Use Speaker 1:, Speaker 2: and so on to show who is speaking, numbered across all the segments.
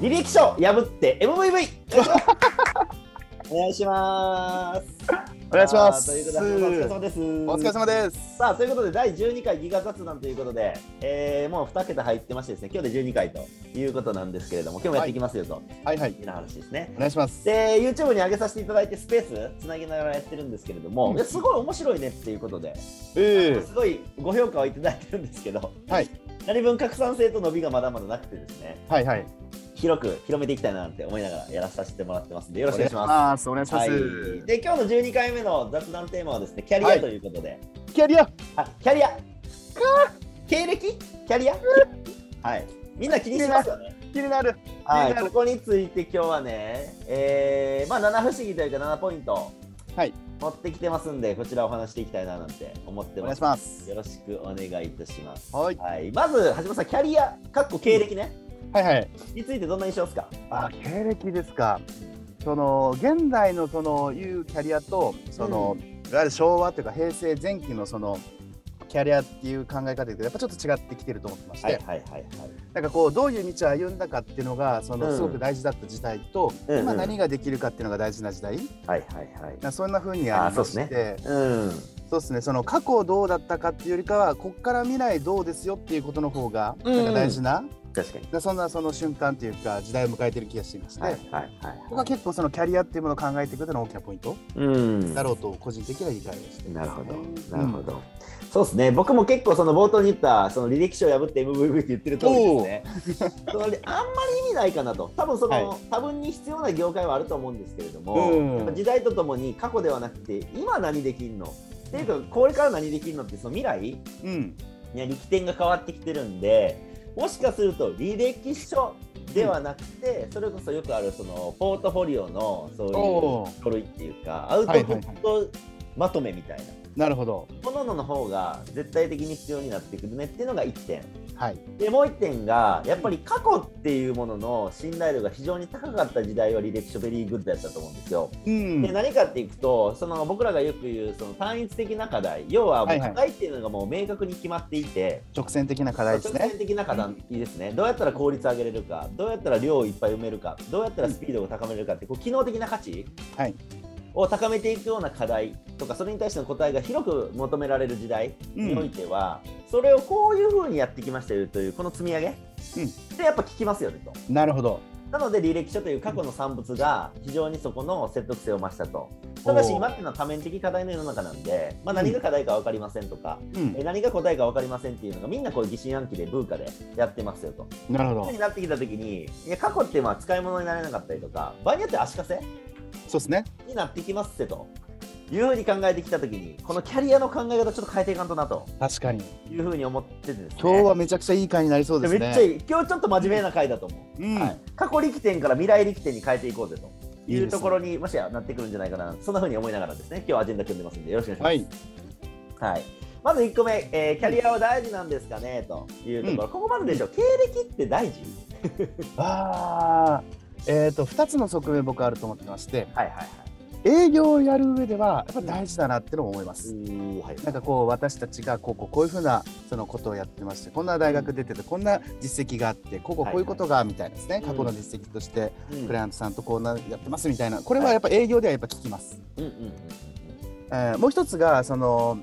Speaker 1: 履歴書破って MVV お願いします。
Speaker 2: お願いします
Speaker 1: あーということで、お疲れ様です。お
Speaker 2: お疲れ様です
Speaker 1: さあということで第12回ギガ雑談ということで、えーもう2桁入ってましてですね今日で12回ということなんですけれども今日もやっていきますよと
Speaker 2: はいはい
Speaker 1: いう話ですね。
Speaker 2: お願いします
Speaker 1: で YouTube に上げさせていただいてスペースつなぎながらやってるんですけれども、
Speaker 2: うん
Speaker 1: いやすごい面白いねっていうことで、
Speaker 2: え
Speaker 1: すごいご評価をいただいてるんですけど、
Speaker 2: はい
Speaker 1: 何分拡散性と伸びがまだまだなくてですね
Speaker 2: はいはい
Speaker 1: 広く広めていきたいなって思いながらやらさせてもらってますんでよろしくお願いします。
Speaker 2: ますお願いしま
Speaker 1: は
Speaker 2: す
Speaker 1: い、で今日の12回目の雑談テーマはですねキャリ
Speaker 2: は
Speaker 1: ア
Speaker 2: い
Speaker 1: ということで、
Speaker 2: キャリア
Speaker 1: あキャリア経歴キャリアはいみんな気にしますよね
Speaker 2: 気になる
Speaker 1: はい
Speaker 2: 気にな
Speaker 1: こ
Speaker 2: る
Speaker 1: こについて今日はねえー、まあ七不思議というか7ポイント
Speaker 2: はい
Speaker 1: 持ってきてますんでこちらお話していきたいななんて思って
Speaker 2: お願
Speaker 1: ま
Speaker 2: い
Speaker 1: す
Speaker 2: します
Speaker 1: よろしくお願いいたします
Speaker 2: はい
Speaker 1: はいまず橋本さんキャリアかっこ経歴ね
Speaker 2: はいはい
Speaker 1: についてどんな印象ですか
Speaker 2: あ経歴ですかその現代のそのいうキャリアとその、いわゆる昭和というか平成前期のそのキャリアっていう考え方でやっぱちょっと違ってきてると思ってまして、
Speaker 1: はいはいはいはい
Speaker 2: なんかこうどういう道を歩んだかっていうのがその、
Speaker 1: うん
Speaker 2: すごく大事だった時代と、
Speaker 1: うんうん
Speaker 2: 今何ができるかっていうのが大事な時代、
Speaker 1: はいはいはい
Speaker 2: なそんな風にありまして
Speaker 1: あーうん
Speaker 2: そうですねその過去どうだったかっていうよりかはこっから未来どうですよっていうことの方が
Speaker 1: うん
Speaker 2: なんか大事な,、
Speaker 1: 確かに
Speaker 2: そんなその瞬間というか時代を迎えてる気がしまして、
Speaker 1: はいはいは
Speaker 2: こ
Speaker 1: い
Speaker 2: こ
Speaker 1: は
Speaker 2: が
Speaker 1: い
Speaker 2: 結構そのキャリアっていうものを考えていくというのが大きなポイント
Speaker 1: うん
Speaker 2: だろうと個人的には理解をして
Speaker 1: なるほど
Speaker 2: うん、
Speaker 1: なるほど。そうですね、僕も結構その冒頭に言ったその履歴書を破って MVV って言ってる通りですね それあんまり意味ないかなと多分その、
Speaker 2: は
Speaker 1: 多分に必要な業界はあると思うんですけれども、
Speaker 2: うん
Speaker 1: やっぱ時代とともに過去ではなくて今何できんのっていうかこれから何できんのってその未来い
Speaker 2: うん
Speaker 1: や力点が変わってきてるんでもしかすると履歴書ではなくて、それこそよくあるそのポートフォリオのそう
Speaker 2: お
Speaker 1: いう
Speaker 2: ー
Speaker 1: 書類っていうかアウトプットまとめみたいな。
Speaker 2: なるほど
Speaker 1: ものの方が絶対的に必要になってくるねっていうのが1点
Speaker 2: はい
Speaker 1: でもう1点がやっぱり過去っていうものの信頼度が非常に高かった時代は履歴書ベリーグッドやったと思うんですよ、
Speaker 2: うん
Speaker 1: で何かっていくとその僕らがよく言うその単一的な課題要はも
Speaker 2: は
Speaker 1: う
Speaker 2: いはい
Speaker 1: 課題っていうのがもう明確に決まっていて、
Speaker 2: 直線的な課題です
Speaker 1: 直
Speaker 2: ね
Speaker 1: 線的な課題ですね、どうやったら効率上げれるか、どうやったら量をいっぱい埋めるか、どうやったらスピードを高めれるかって、こう機能的な価値
Speaker 2: はい
Speaker 1: を高めていくような課題とか、それに対しての答えが広く求められる時代においては、それをこういうふうにやってきましたよという、この積み上げ、でやっぱ効きますよねと。
Speaker 2: なるほど
Speaker 1: なので履歴書という過去の産物が非常にそこの説得性を増したと。ただし
Speaker 2: おー
Speaker 1: 今っていうのは多面的課題の世の中なんで、まあ、何が課題か分かりませんとか、
Speaker 2: うん
Speaker 1: え何が答えか分かりませんっていうのがみんなこう疑心暗鬼で文化でやってますよと。
Speaker 2: なるほ
Speaker 1: そう
Speaker 2: ど
Speaker 1: になってきた時にいや過去ってまあ使い物になれなかったりとか場合によって足かせ
Speaker 2: そうですね
Speaker 1: になってきますってというふうに考えてきた時にこのキャリアの考え方ちょっと変えていかんとなと
Speaker 2: 確かに
Speaker 1: いうふうに思っててですね
Speaker 2: 今日はめちゃくちゃいい回になりそうですね
Speaker 1: めっちゃいい今日ちょっと真面目な回だと思う。
Speaker 2: うん、
Speaker 1: はい、過去力点から未来力点に変えていこうぜと
Speaker 2: いい
Speaker 1: い
Speaker 2: です
Speaker 1: う
Speaker 2: ね
Speaker 1: ところにもしやなってくるんじゃないかなそんなふうに思いながらですね今日はアジェンダ組んでますんでよろしくお願
Speaker 2: はいい
Speaker 1: します、はいまず1個目、えーキャリアは大事なんですかねというところ、ここまででしょう経歴って大事
Speaker 2: あーえっ、と2つの側面僕あると思ってまして
Speaker 1: はいはいはい
Speaker 2: 営業をやる上ではやっぱ大事だなってのを思います、
Speaker 1: はい
Speaker 2: なんかこう私たちがこうこうこういうふうなそのことをやってましてこんな大学出ててこんな実績があってこうこうこういうことがみたいなですね、
Speaker 1: い
Speaker 2: 過去の実績として
Speaker 1: うん
Speaker 2: クライアントさんとこうなやってますみたいなこれはやっぱ営業ではやっぱ聞きます、
Speaker 1: うんうんうん
Speaker 2: えーもう一つがその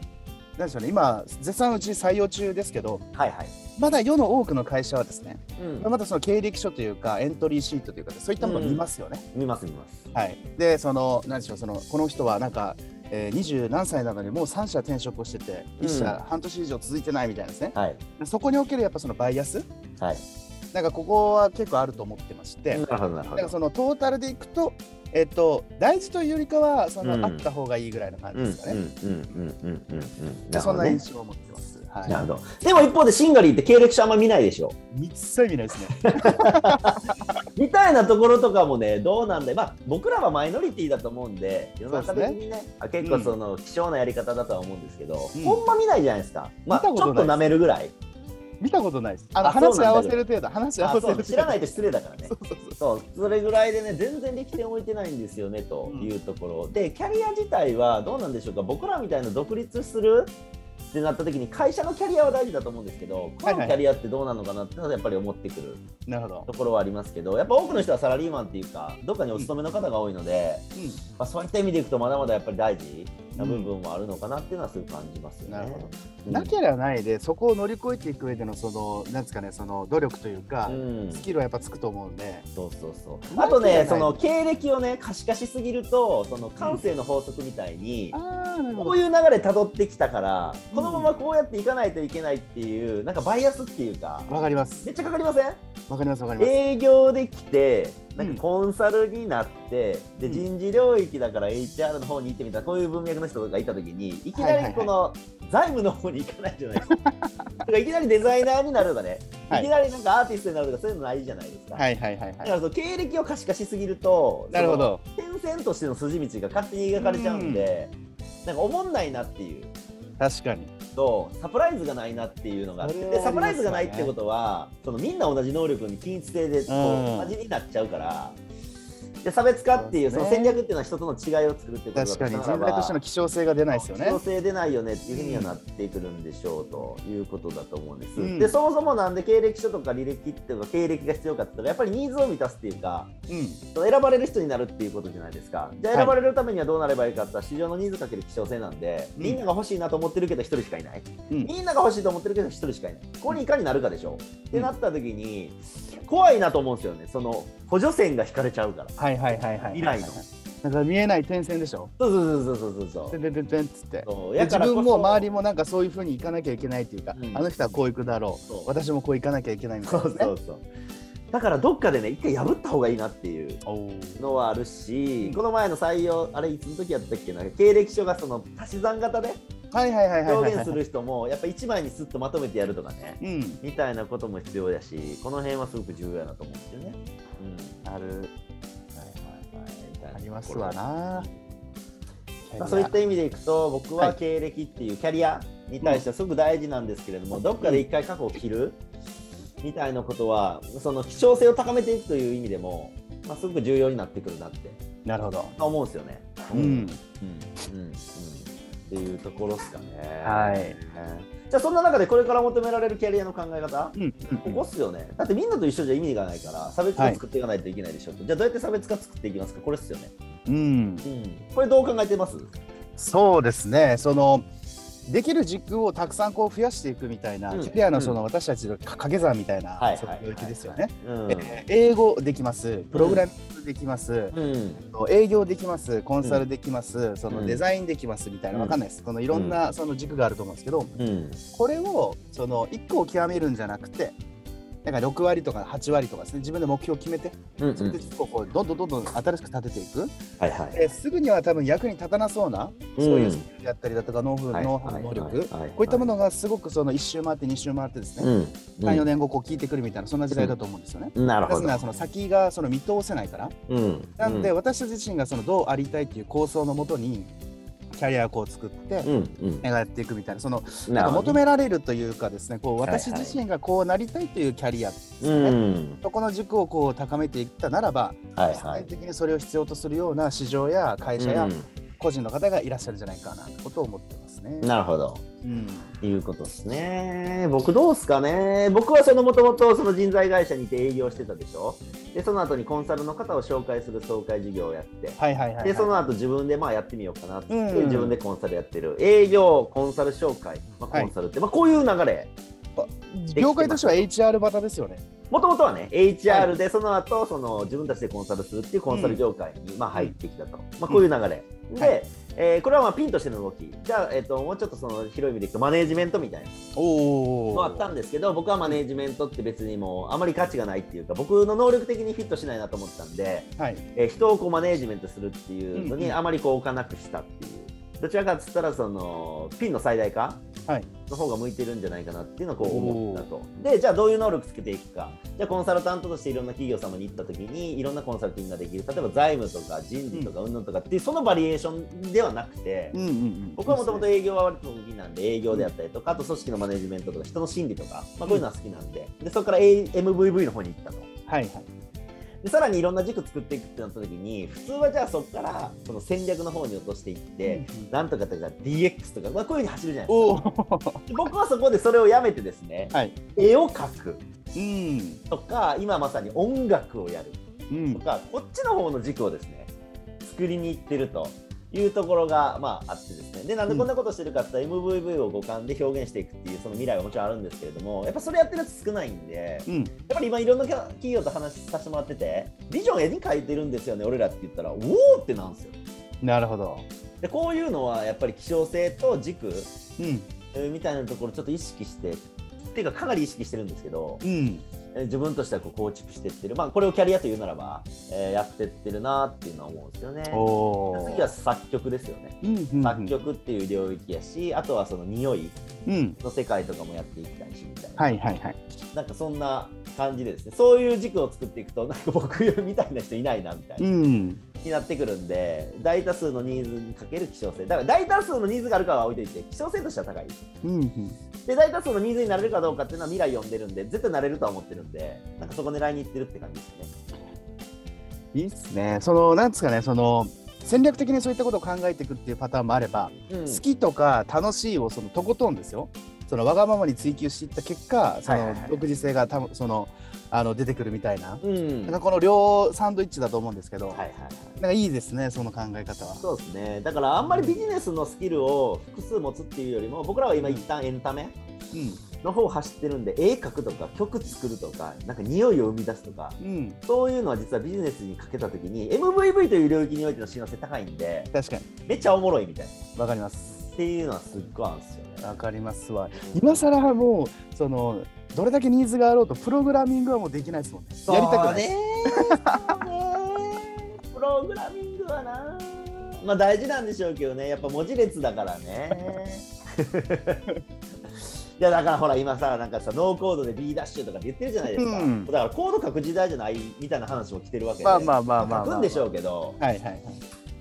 Speaker 2: なんでしょうね今絶賛うち採用中ですけど
Speaker 1: はいはい
Speaker 2: まだ世の多くの会社はですね
Speaker 1: うん
Speaker 2: まだその経歴書というかエントリーシートというかそういったものを見ますよね、
Speaker 1: 見ます見ます
Speaker 2: はい、でその何でしょうそのこの人はなんか二十、20何歳なのにもう3社転職をしてて
Speaker 1: うん
Speaker 2: 1社半年以上続いてないみたいなですね、
Speaker 1: はい
Speaker 2: そこにおけるやっぱそのバイアス
Speaker 1: はい
Speaker 2: なんかここは結構あると思ってまして、
Speaker 1: なるほどなるほ
Speaker 2: なんか
Speaker 1: ど
Speaker 2: そのトータルでいくと,、えっと大事というよりかはその、
Speaker 1: うん
Speaker 2: あった方がいいぐらいの感
Speaker 1: う
Speaker 2: じ
Speaker 1: んう
Speaker 2: で
Speaker 1: ん
Speaker 2: すかね、
Speaker 1: うんうんうんうんうん
Speaker 2: で
Speaker 1: なる
Speaker 2: そ
Speaker 1: ほ
Speaker 2: ん
Speaker 1: ど
Speaker 2: な
Speaker 1: ね
Speaker 2: 印象を持ってます、はい、
Speaker 1: なるほどでも一方でシンガリーって経歴書あんま見ないでしょ
Speaker 2: 一切見ないですね
Speaker 1: みたいなところとかもね、どうなんだまあ、僕らはマイノリティだと思うんで、世の中的にね、あ結構その、希少なやり方だとは思うんですけど、
Speaker 2: うん
Speaker 1: ほんま見ないじゃないですか。まあ、
Speaker 2: 見
Speaker 1: ちょ
Speaker 2: た
Speaker 1: っ
Speaker 2: こととない
Speaker 1: 舐めるぐらい。
Speaker 2: 見たことないですあの
Speaker 1: あそうなんだ
Speaker 2: 話合わせる程度話合
Speaker 1: あ
Speaker 2: わせ
Speaker 1: そ
Speaker 2: る
Speaker 1: う
Speaker 2: 程度
Speaker 1: 知らないと
Speaker 2: す
Speaker 1: 失礼だからね
Speaker 2: そ。うそう
Speaker 1: そう、それぐらいでね、全然力点置いてないんですよね、というところ。で、キャリア自体はどうなんでしょうか僕らみたいな独立するってなった時に会社のキャリアは大事だと思うんですけど個
Speaker 2: はい
Speaker 1: のキャリアってどうなのかなっていうのはやっぱり思ってくる
Speaker 2: なるほど
Speaker 1: と。ころはありますけどやっぱ多くの人はサラリーマンっていうかどっかにお勤めの方が多いので、
Speaker 2: う
Speaker 1: まあ、そういった意味でいくとまだまだやっぱり大事な部分もあるのかなっていうのはすごく感じますよね。
Speaker 2: ん、なるほど。
Speaker 1: うん
Speaker 2: なければないで、そこを乗り越えていく上での、その、なんですかね、その努力というか、
Speaker 1: うん
Speaker 2: スキルはやっぱつくと思うんで。
Speaker 1: そうそうそう
Speaker 2: な
Speaker 1: あ
Speaker 2: け
Speaker 1: と
Speaker 2: ればない
Speaker 1: ねその経歴をね可視化しすぎるとその感性の法則みたいに、
Speaker 2: ああ、なる
Speaker 1: こう
Speaker 2: ど。
Speaker 1: いう流れたどってきたから
Speaker 2: うん
Speaker 1: このままこうやっていかないといけないっていうなんかバイアスっていうか
Speaker 2: わかります。
Speaker 1: めっちゃかかりません
Speaker 2: わかります。わかります。
Speaker 1: 営業できてなん
Speaker 2: うん
Speaker 1: かコンサルになって、
Speaker 2: う
Speaker 1: で
Speaker 2: ん
Speaker 1: 人事領域だから HR の方に行ってみたいなこういう文脈の人がいた時にいきなりこの財務の方に行かないじゃないです かだからいきなりデザイナーになるとかね、
Speaker 2: はい
Speaker 1: い、きなりなんかアーティストになるとかそういうのないじゃないですか、
Speaker 2: はいはいはい
Speaker 1: だ
Speaker 2: は
Speaker 1: から
Speaker 2: い。
Speaker 1: その経歴を可視化しすぎると
Speaker 2: なるほど。
Speaker 1: その点々としての筋道が勝手に描かれちゃうんで、なんか思んないなっていう
Speaker 2: 確かに。
Speaker 1: とサプライズがないなっていうのがあって
Speaker 2: それは
Speaker 1: で
Speaker 2: ありますよね
Speaker 1: サプライズがないってことはそのみんな同じ能力に均一性でこ
Speaker 2: うん
Speaker 1: う味になっちゃうから。で差別化っていう
Speaker 2: そ
Speaker 1: そうの
Speaker 2: ですね
Speaker 1: 戦略っていうのは人との違いを作るってことだ
Speaker 2: 確かに。
Speaker 1: なら
Speaker 2: 人
Speaker 1: ば
Speaker 2: 材としての希少性が出ないですよね。
Speaker 1: 強制出ないよねっていうふうにはなってくるんでしょうということだと思うんです、
Speaker 2: うん
Speaker 1: でそもそもなんで経歴書とか履歴っていうか経歴が必要かって言ったらやっぱりニーズを満たすっていうか
Speaker 2: うん。
Speaker 1: 選ばれる人になるっていうことじゃないですかじゃあ
Speaker 2: はい
Speaker 1: 選ばれるためにはどうなればいいかって言ったら市場のニーズかける希少性なんで、
Speaker 2: うん
Speaker 1: みんなが欲しいなと思ってるけど1人しかいない、
Speaker 2: うん
Speaker 1: みんなが欲しいと思ってるけど1人しかいないここにいかになるかでしょ、ってなった時に怖いなと思うんですよねその補助線が引かれちゃうから
Speaker 2: はいはいはいはい。
Speaker 1: 未来の
Speaker 2: だから見えない点線でしょ。
Speaker 1: そうそうそうそうそうそ
Speaker 2: て
Speaker 1: うん
Speaker 2: てんてんてんっつって。
Speaker 1: そう
Speaker 2: で自分も周
Speaker 1: り
Speaker 2: りもなんかそういうふうにいかなきゃいけないっていうか、
Speaker 1: うん
Speaker 2: あの人はこういくだろう
Speaker 1: そう
Speaker 2: 私もこういかなきゃいけないみた
Speaker 1: そ
Speaker 2: いな、ね
Speaker 1: う、そうそうだからどっかでね一回破った方がいいなっていう
Speaker 2: おー
Speaker 1: のはあるし、
Speaker 2: うん
Speaker 1: この前の採用あれいつの時やったっけな経歴書がその足し算型で
Speaker 2: はいはいはいはいはいはい
Speaker 1: 表現する人もやっぱ一枚にスッとまとめてやるとかね
Speaker 2: うん
Speaker 1: みたいなことも必要だしこの辺はすごく重要やなと思うんですよね。
Speaker 2: ある
Speaker 1: うんはい
Speaker 2: ありますわな
Speaker 1: まあそういった意味でいくと僕
Speaker 2: は
Speaker 1: はい経歴っていうキャリアに対してはすごく大事なんですけれども、どっかで一回過去を切るみたいなことはその希少性を高めていくという意味でも、まあ、すごく重要になってくるなって
Speaker 2: なるほど
Speaker 1: 思うんですよね。
Speaker 2: うん、
Speaker 1: うんうんっていうところですかね。
Speaker 2: はい
Speaker 1: じゃあそんな中でこれから求められるキャリアの考え方
Speaker 2: うん
Speaker 1: ここっすよね。だってみんなと一緒じゃ意味がないから、差別化作っていかないといけないでしょうと、じゃあどうやって差別化作っていきますかこれっすよね。
Speaker 2: うん、
Speaker 1: これどう考えてます
Speaker 2: そうですねそのできる軸をたくさんこう増やしていくみたいな、
Speaker 1: うん
Speaker 2: キャリアのその、
Speaker 1: う
Speaker 2: 私たちの掛け算みたいな、そういう領域ですよね、。
Speaker 1: うん。
Speaker 2: えー英語できますプログラミングできます、
Speaker 1: うん。
Speaker 2: 営業できますコンサルできます、そうの
Speaker 1: ん
Speaker 2: デザインできますみたいな
Speaker 1: うん
Speaker 2: わかんないです、そのいろんなその軸があると思うんですけど
Speaker 1: うん。
Speaker 2: これをその1個を極めるんじゃなくてなんか6割とか8割とかですね自分で目標を決めて
Speaker 1: うん。
Speaker 2: それで1個こうどんどんどんどん新しく立てていく、
Speaker 1: はいはい。
Speaker 2: えーすぐには多分役に立たなそうなそういうスキルであったりだとかノウハウノウハウ能力
Speaker 1: こ
Speaker 2: こういったものがすごくその1周回って2周回ってです
Speaker 1: う
Speaker 2: ね
Speaker 1: ん。
Speaker 2: 34年後こう聞いてくるみたいなそんな時代だと思うんですよね。
Speaker 1: なる
Speaker 2: で
Speaker 1: ほ
Speaker 2: すの
Speaker 1: ど
Speaker 2: で。その先がその見通せないから
Speaker 1: うん。
Speaker 2: なんで、私自身がそのどうありたいっていう構想のもとにキャリアをこう作って
Speaker 1: うん。うん。
Speaker 2: 描いていくみたいなその
Speaker 1: な
Speaker 2: なんか求められるというかですねこう私自身がこうなりたいというキャリア
Speaker 1: うん。
Speaker 2: そこの軸をこう高めていったならば
Speaker 1: はい
Speaker 2: 世
Speaker 1: は
Speaker 2: 界
Speaker 1: い。
Speaker 2: 的にそれを必要とするような市場や会社や個人の方がいらっしゃるんじゃないかなということを思ってますね。
Speaker 1: なるほど。
Speaker 2: うん
Speaker 1: いうことですね。僕どうすかね。僕はそのもともとその人材会社にいて営業してたでしょ。で、その後にコンサルの方を紹介する総会事業をやって。
Speaker 2: はいはいはいはい
Speaker 1: で、その後自分でまあやってみようかなって、
Speaker 2: うん
Speaker 1: 自分でコンサルやってる。営業、コンサル紹介、まあ、
Speaker 2: はい
Speaker 1: コンサルって、まあこういう流れ。
Speaker 2: 業界としては HR 型ですよね。
Speaker 1: もともとはね、HR で、その後、その自分たちでコンサルするっていうコンサル業界に、まあ、入ってきたと。まあ、こういう流れ。で、
Speaker 2: は
Speaker 1: えーこれはまあピンとしての動き。じゃあ、えっ、と、もうちょっとその広い意味でいくと、マネージメントみたいな。
Speaker 2: お
Speaker 1: もあったんですけど僕はマネージメントって別にもうあまり価値がないっていうか僕の能力的にフィットしないなと思ったんで、
Speaker 2: はい
Speaker 1: えー人をこうマネージメントするっていうの
Speaker 2: うんう
Speaker 1: に
Speaker 2: ん
Speaker 1: あまりこう置かなくしたっていうどちらかっつったらそのピンの最大化
Speaker 2: はい
Speaker 1: の方が向いてるんじゃないかなっていうのをこう思ったとでじゃあどういう能力つけていくかじゃあコンサルタントとしていろんな企業様に行った時にいろんなコンサルティングができる例えば財務とか人事とかうんぬんとかっていうそのバリエーションではなくて、
Speaker 2: うんうんうん
Speaker 1: 僕はもともと営業は割と得意なんで営業であったりとかあと組織のマネジメントとか人の心理とか、まあ、こういうのは好きなんででそこから A- MVV の方に行ったと
Speaker 2: はいはい
Speaker 1: でさらにいろんな軸作っていくってなった時に普通はじゃあそこからその戦略の方に落としていって、なんとかとか DX とか、まあ、こういうふうに走るじゃないですか
Speaker 2: おお。
Speaker 1: 僕はそこでそれをやめてですね、
Speaker 2: はい
Speaker 1: 絵を描く
Speaker 2: うん。
Speaker 1: とか今まさに音楽をやる
Speaker 2: う
Speaker 1: と
Speaker 2: ん。
Speaker 1: かこっちの方の軸をですね作りに行ってるというところが、まあ、あってですねでなんでこんなことしてるかって言ったら MVV を五感で表現していくっていうその未来はもちろんあるんですけれどもやっぱそれやってるやつ少ないんで
Speaker 2: う
Speaker 1: や
Speaker 2: ん。
Speaker 1: っぱり今いろんな企業と話させてもらっててビジョン絵に描いてるんですよね俺らって言ったらおおってなんですよ
Speaker 2: なるほど。
Speaker 1: でこういうのはやっぱり希少性と軸
Speaker 2: うん。
Speaker 1: えーみたいなところちょっと意識してっていうかかなり意識してるんですけど
Speaker 2: うん。
Speaker 1: えー自分としてはこう構築してってる、まあ、これをキャリアというならば、えーやってってるなっていうのは思うんですよね。
Speaker 2: おお。
Speaker 1: 次は作曲ですよね。
Speaker 2: うん、うん。
Speaker 1: 作曲っていう領域やし、あとはその匂い
Speaker 2: うん。
Speaker 1: の世界とかもやっていきたいしみたいな、
Speaker 2: はいはいはい。
Speaker 1: なんかそんな感じでですね、そういう軸を作っていくと、なんか僕みたいな人いないなみたいな、
Speaker 2: うん。
Speaker 1: になってくるんで、大多数のニーズにかける希少性、だから大多数のニーズがあるかは置いといて、希少性としては高い。
Speaker 2: うん。うん。
Speaker 1: で大多数のニーズになれるかどうかっていうのは未来読んでるんで絶対なれるとは思ってるんでなんかそこ狙いにいってるって感じですね。
Speaker 2: いいっすね。その、なんですかね、その、戦略的にそういったことを考えていくっていうパターンもあれば、
Speaker 1: うん
Speaker 2: 好きとか楽しいをそのとことんですよ。そのわがままに追求していった結果、そ
Speaker 1: はい
Speaker 2: の
Speaker 1: はいはい
Speaker 2: 独自性がたぶんそのあの出てくるみたいな、
Speaker 1: うん
Speaker 2: なん
Speaker 1: は
Speaker 2: かこの両サンドイッチだと思うんですけ
Speaker 1: い
Speaker 2: ど、
Speaker 1: はいはい
Speaker 2: なんかいいですね、その考え方は。
Speaker 1: そうですねだからあんまりビジネスのスキルを複数持つっていうよりも僕らは今一旦エンタメ
Speaker 2: う
Speaker 1: の方を走ってるんで絵描くとか曲作るとかなんか匂いを生み出すとか
Speaker 2: ん、うん、
Speaker 1: そういうのは実はビジネスにかけた時に MVV という領域においての親和性高いんで
Speaker 2: 確かに、
Speaker 1: めっちゃおもろいみたいな
Speaker 2: わかります。
Speaker 1: っていうのはすっごいあるんですよね。
Speaker 2: わかりますわ。今更はもう、その、どれだけニーズがあろうと、プログラミングはもうできないですもんね。やりたくないです。
Speaker 1: そうねープログラミングはなーまあ大事なんでしょうけどねやっぱ文字列だから ねいやだからほら今さなんかさノーコードで B ダッシュとかって言ってるじゃないですか、
Speaker 2: うん
Speaker 1: だからコード書く時代じゃないみたいな話も来てるわけで
Speaker 2: まあまあまあまあまあ
Speaker 1: 書くんでしょうけど
Speaker 2: はいはいはい。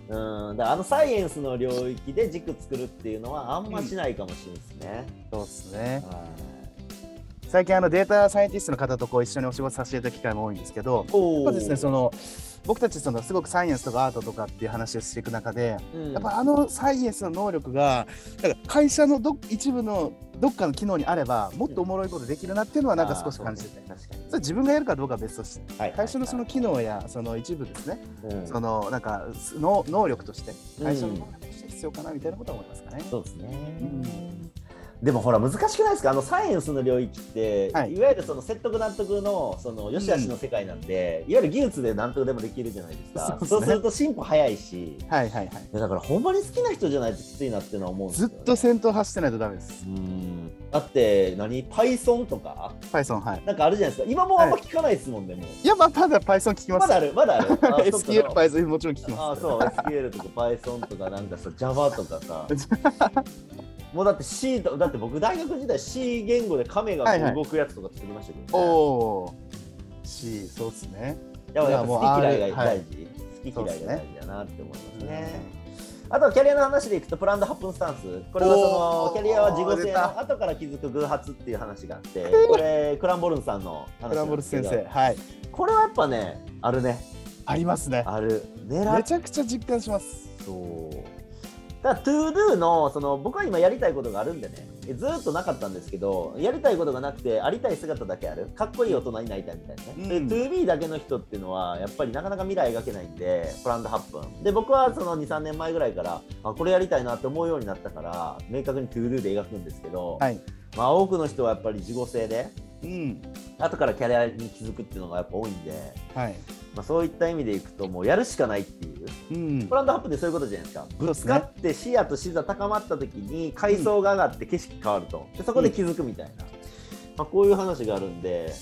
Speaker 1: うんだからあのサイエンスの領域で軸作るっていうのはあんましないかもしれないですね、
Speaker 2: そうですね。
Speaker 1: はい
Speaker 2: 最近あのデータサイエンティストの方とこう一緒にお仕事させていただく機会も多いんですけど、
Speaker 1: お
Speaker 2: やっぱですね、そ
Speaker 1: の
Speaker 2: の僕たちそのすごくサイエンスとかアートとかっていう話をしていく中で、やっぱあのサイエンスの能力がなんか会社のど一部のどっかの機能にあればもっとおもろいことできるなっていうのはなんか少し感じてて。
Speaker 1: 確かに
Speaker 2: それ自分がやるかどうかは別として、
Speaker 1: はい
Speaker 2: 会社のその機能やその一部ですね、
Speaker 1: うん
Speaker 2: そのなんかす能能力として、
Speaker 1: うん
Speaker 2: 会社の能力として必要かなみたいなことは思いますかね。
Speaker 1: そうですね、
Speaker 2: うん
Speaker 1: でもほら難しくないですかあのサイエンスの領域って、、
Speaker 2: はいい
Speaker 1: わゆるその説得納得のその良し悪しの世界なんで、いわゆる技術で何とでもできるじゃないですかそ
Speaker 2: そううですね
Speaker 1: すると進歩早いし
Speaker 2: はいはいはい。
Speaker 1: いやだからほんまに好きな人じゃないときついなっていうのは思うんです
Speaker 2: ず
Speaker 1: よ、
Speaker 2: っ
Speaker 1: ね、
Speaker 2: と戦闘走ってないとダメです
Speaker 1: う。んだって何 Python とか
Speaker 2: Python はい。
Speaker 1: なんかあるじゃないですか今もあんま聞かないですもんね、もう
Speaker 2: いやまあただ Python 聞きま
Speaker 1: ますだ。あるまだある あそっか
Speaker 2: SQL Python もちろん聞き
Speaker 1: あ
Speaker 2: ま
Speaker 1: あ
Speaker 2: す。
Speaker 1: そう SQL とか Python とかなんかさ Java とか さもうだって C とだって僕大学時代 C 言語で亀が
Speaker 2: はいはい
Speaker 1: 動くやつとか作りましたけど、ね
Speaker 2: おお。しそうですね。
Speaker 1: やっぱやっぱ好き嫌い
Speaker 2: いや
Speaker 1: が
Speaker 2: もうあれ
Speaker 1: 大事、好き嫌いが
Speaker 2: そう
Speaker 1: 大
Speaker 2: っす
Speaker 1: 事だなって思いますね。あとはキャリアの話でいくとプランドハップンスタンスこれはその
Speaker 2: おー
Speaker 1: キャリアは自己性
Speaker 2: 出
Speaker 1: の
Speaker 2: た
Speaker 1: 後から気づく偶発っていう話があ ってこれクランボルンさんの話
Speaker 2: クラ
Speaker 1: な
Speaker 2: ン
Speaker 1: んで
Speaker 2: ボル
Speaker 1: すけ
Speaker 2: 先
Speaker 1: ど
Speaker 2: 生はい
Speaker 1: これはやっぱねあるね
Speaker 2: ありますね。
Speaker 1: ある狙っ
Speaker 2: めちゃくちゃ実感します。
Speaker 1: そうだから ToDo のその僕は今やりたいことがあるんでねえずーっとなかったんですけどやりたいことがなくてありたい姿だけあるかっこいい大人になりたいみたいなね、
Speaker 2: うん
Speaker 1: で ToB だけの人っていうのはやっぱりなかなか未来描けないんでプランドハップンで僕はその23年前ぐらいからあこれやりたいなって思うようになったから明確に ToDo で描くんですけど、
Speaker 2: はい。
Speaker 1: まあ、多くの人はやっぱり自己性で
Speaker 2: うん。
Speaker 1: 後からキャリアに気づくっていうのがやっぱ多いんで、
Speaker 2: はい。
Speaker 1: まあ、そういった意味でいくともうやるしかないっていう
Speaker 2: うん
Speaker 1: プ。ランドハップンってそういうことじゃないですか
Speaker 2: ぶつ
Speaker 1: 使って視野と視座高まった時に階層が上がって景色変わるとでそこで気づくみたいな、まあ、こういう話があるんで